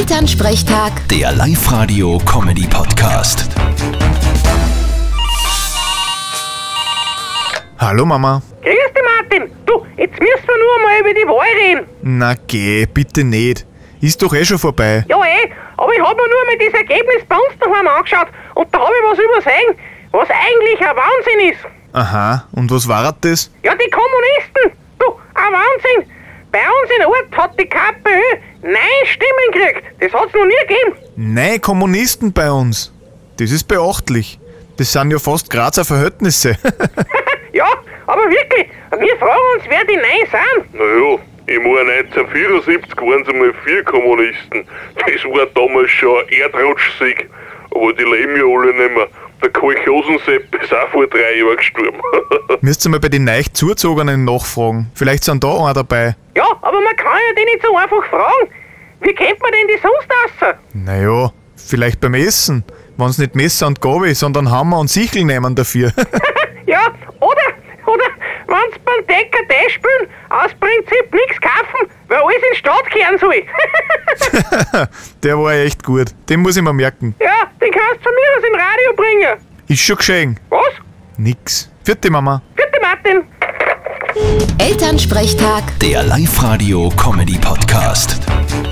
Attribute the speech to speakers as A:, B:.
A: Elternsprechtag,
B: Der Live-Radio-Comedy-Podcast.
C: Hallo Mama.
D: Grüß dich, Martin. Du, jetzt müssen wir nur mal über die Wahl reden.
C: Na geh, bitte nicht. Ist doch eh schon vorbei.
D: Ja, eh, aber ich hab mir nur mal das Ergebnis bei uns daheim angeschaut und da hab ich was übersehen, was eigentlich ein Wahnsinn ist.
C: Aha, und was war das?
D: Ja, die Kommunisten. Du, ein Wahnsinn. Bei uns in Ort hat die KPÖ neun Stimmen gekriegt. Das hat's noch nie gegeben.
C: Nein, Kommunisten bei uns. Das ist beachtlich. Das sind ja fast Grazer Verhältnisse.
D: Ja, aber wirklich, wir fragen uns, wer die neun sind.
E: Naja, im Jahr 1974 waren es einmal vier Kommunisten. Das war damals schon ein Erdrutschsieg. Aber die leben ja alle nicht mehr. Der Kolchosensepp ist auch vor drei Jahren gestorben.
C: Müsst ihr mal bei den leicht Zuzogenen nachfragen. Vielleicht sind da einer dabei.
D: Ja, aber man kann ja die nicht so einfach fragen. Wie kennt man denn die sonst aus?
C: Naja, vielleicht beim Essen. Wenn's nicht Messer und Gabel, sondern Hammer und Sichel nehmen dafür.
D: Ja, oder, oder wenn sie beim Decker Tee spielen, aus Prinzip nichts kaufen, weil alles in den Staat kehren soll.
C: Der war echt gut. Den muss ich mir merken.
D: ja, den kannst du von mir aus in Radio bringen.
C: Ist schon geschehen.
D: Was?
C: Nix. Vierte Mama.
D: Vierte Martin.
A: Elternsprechtag.
B: Der Live-Radio-Comedy-Podcast.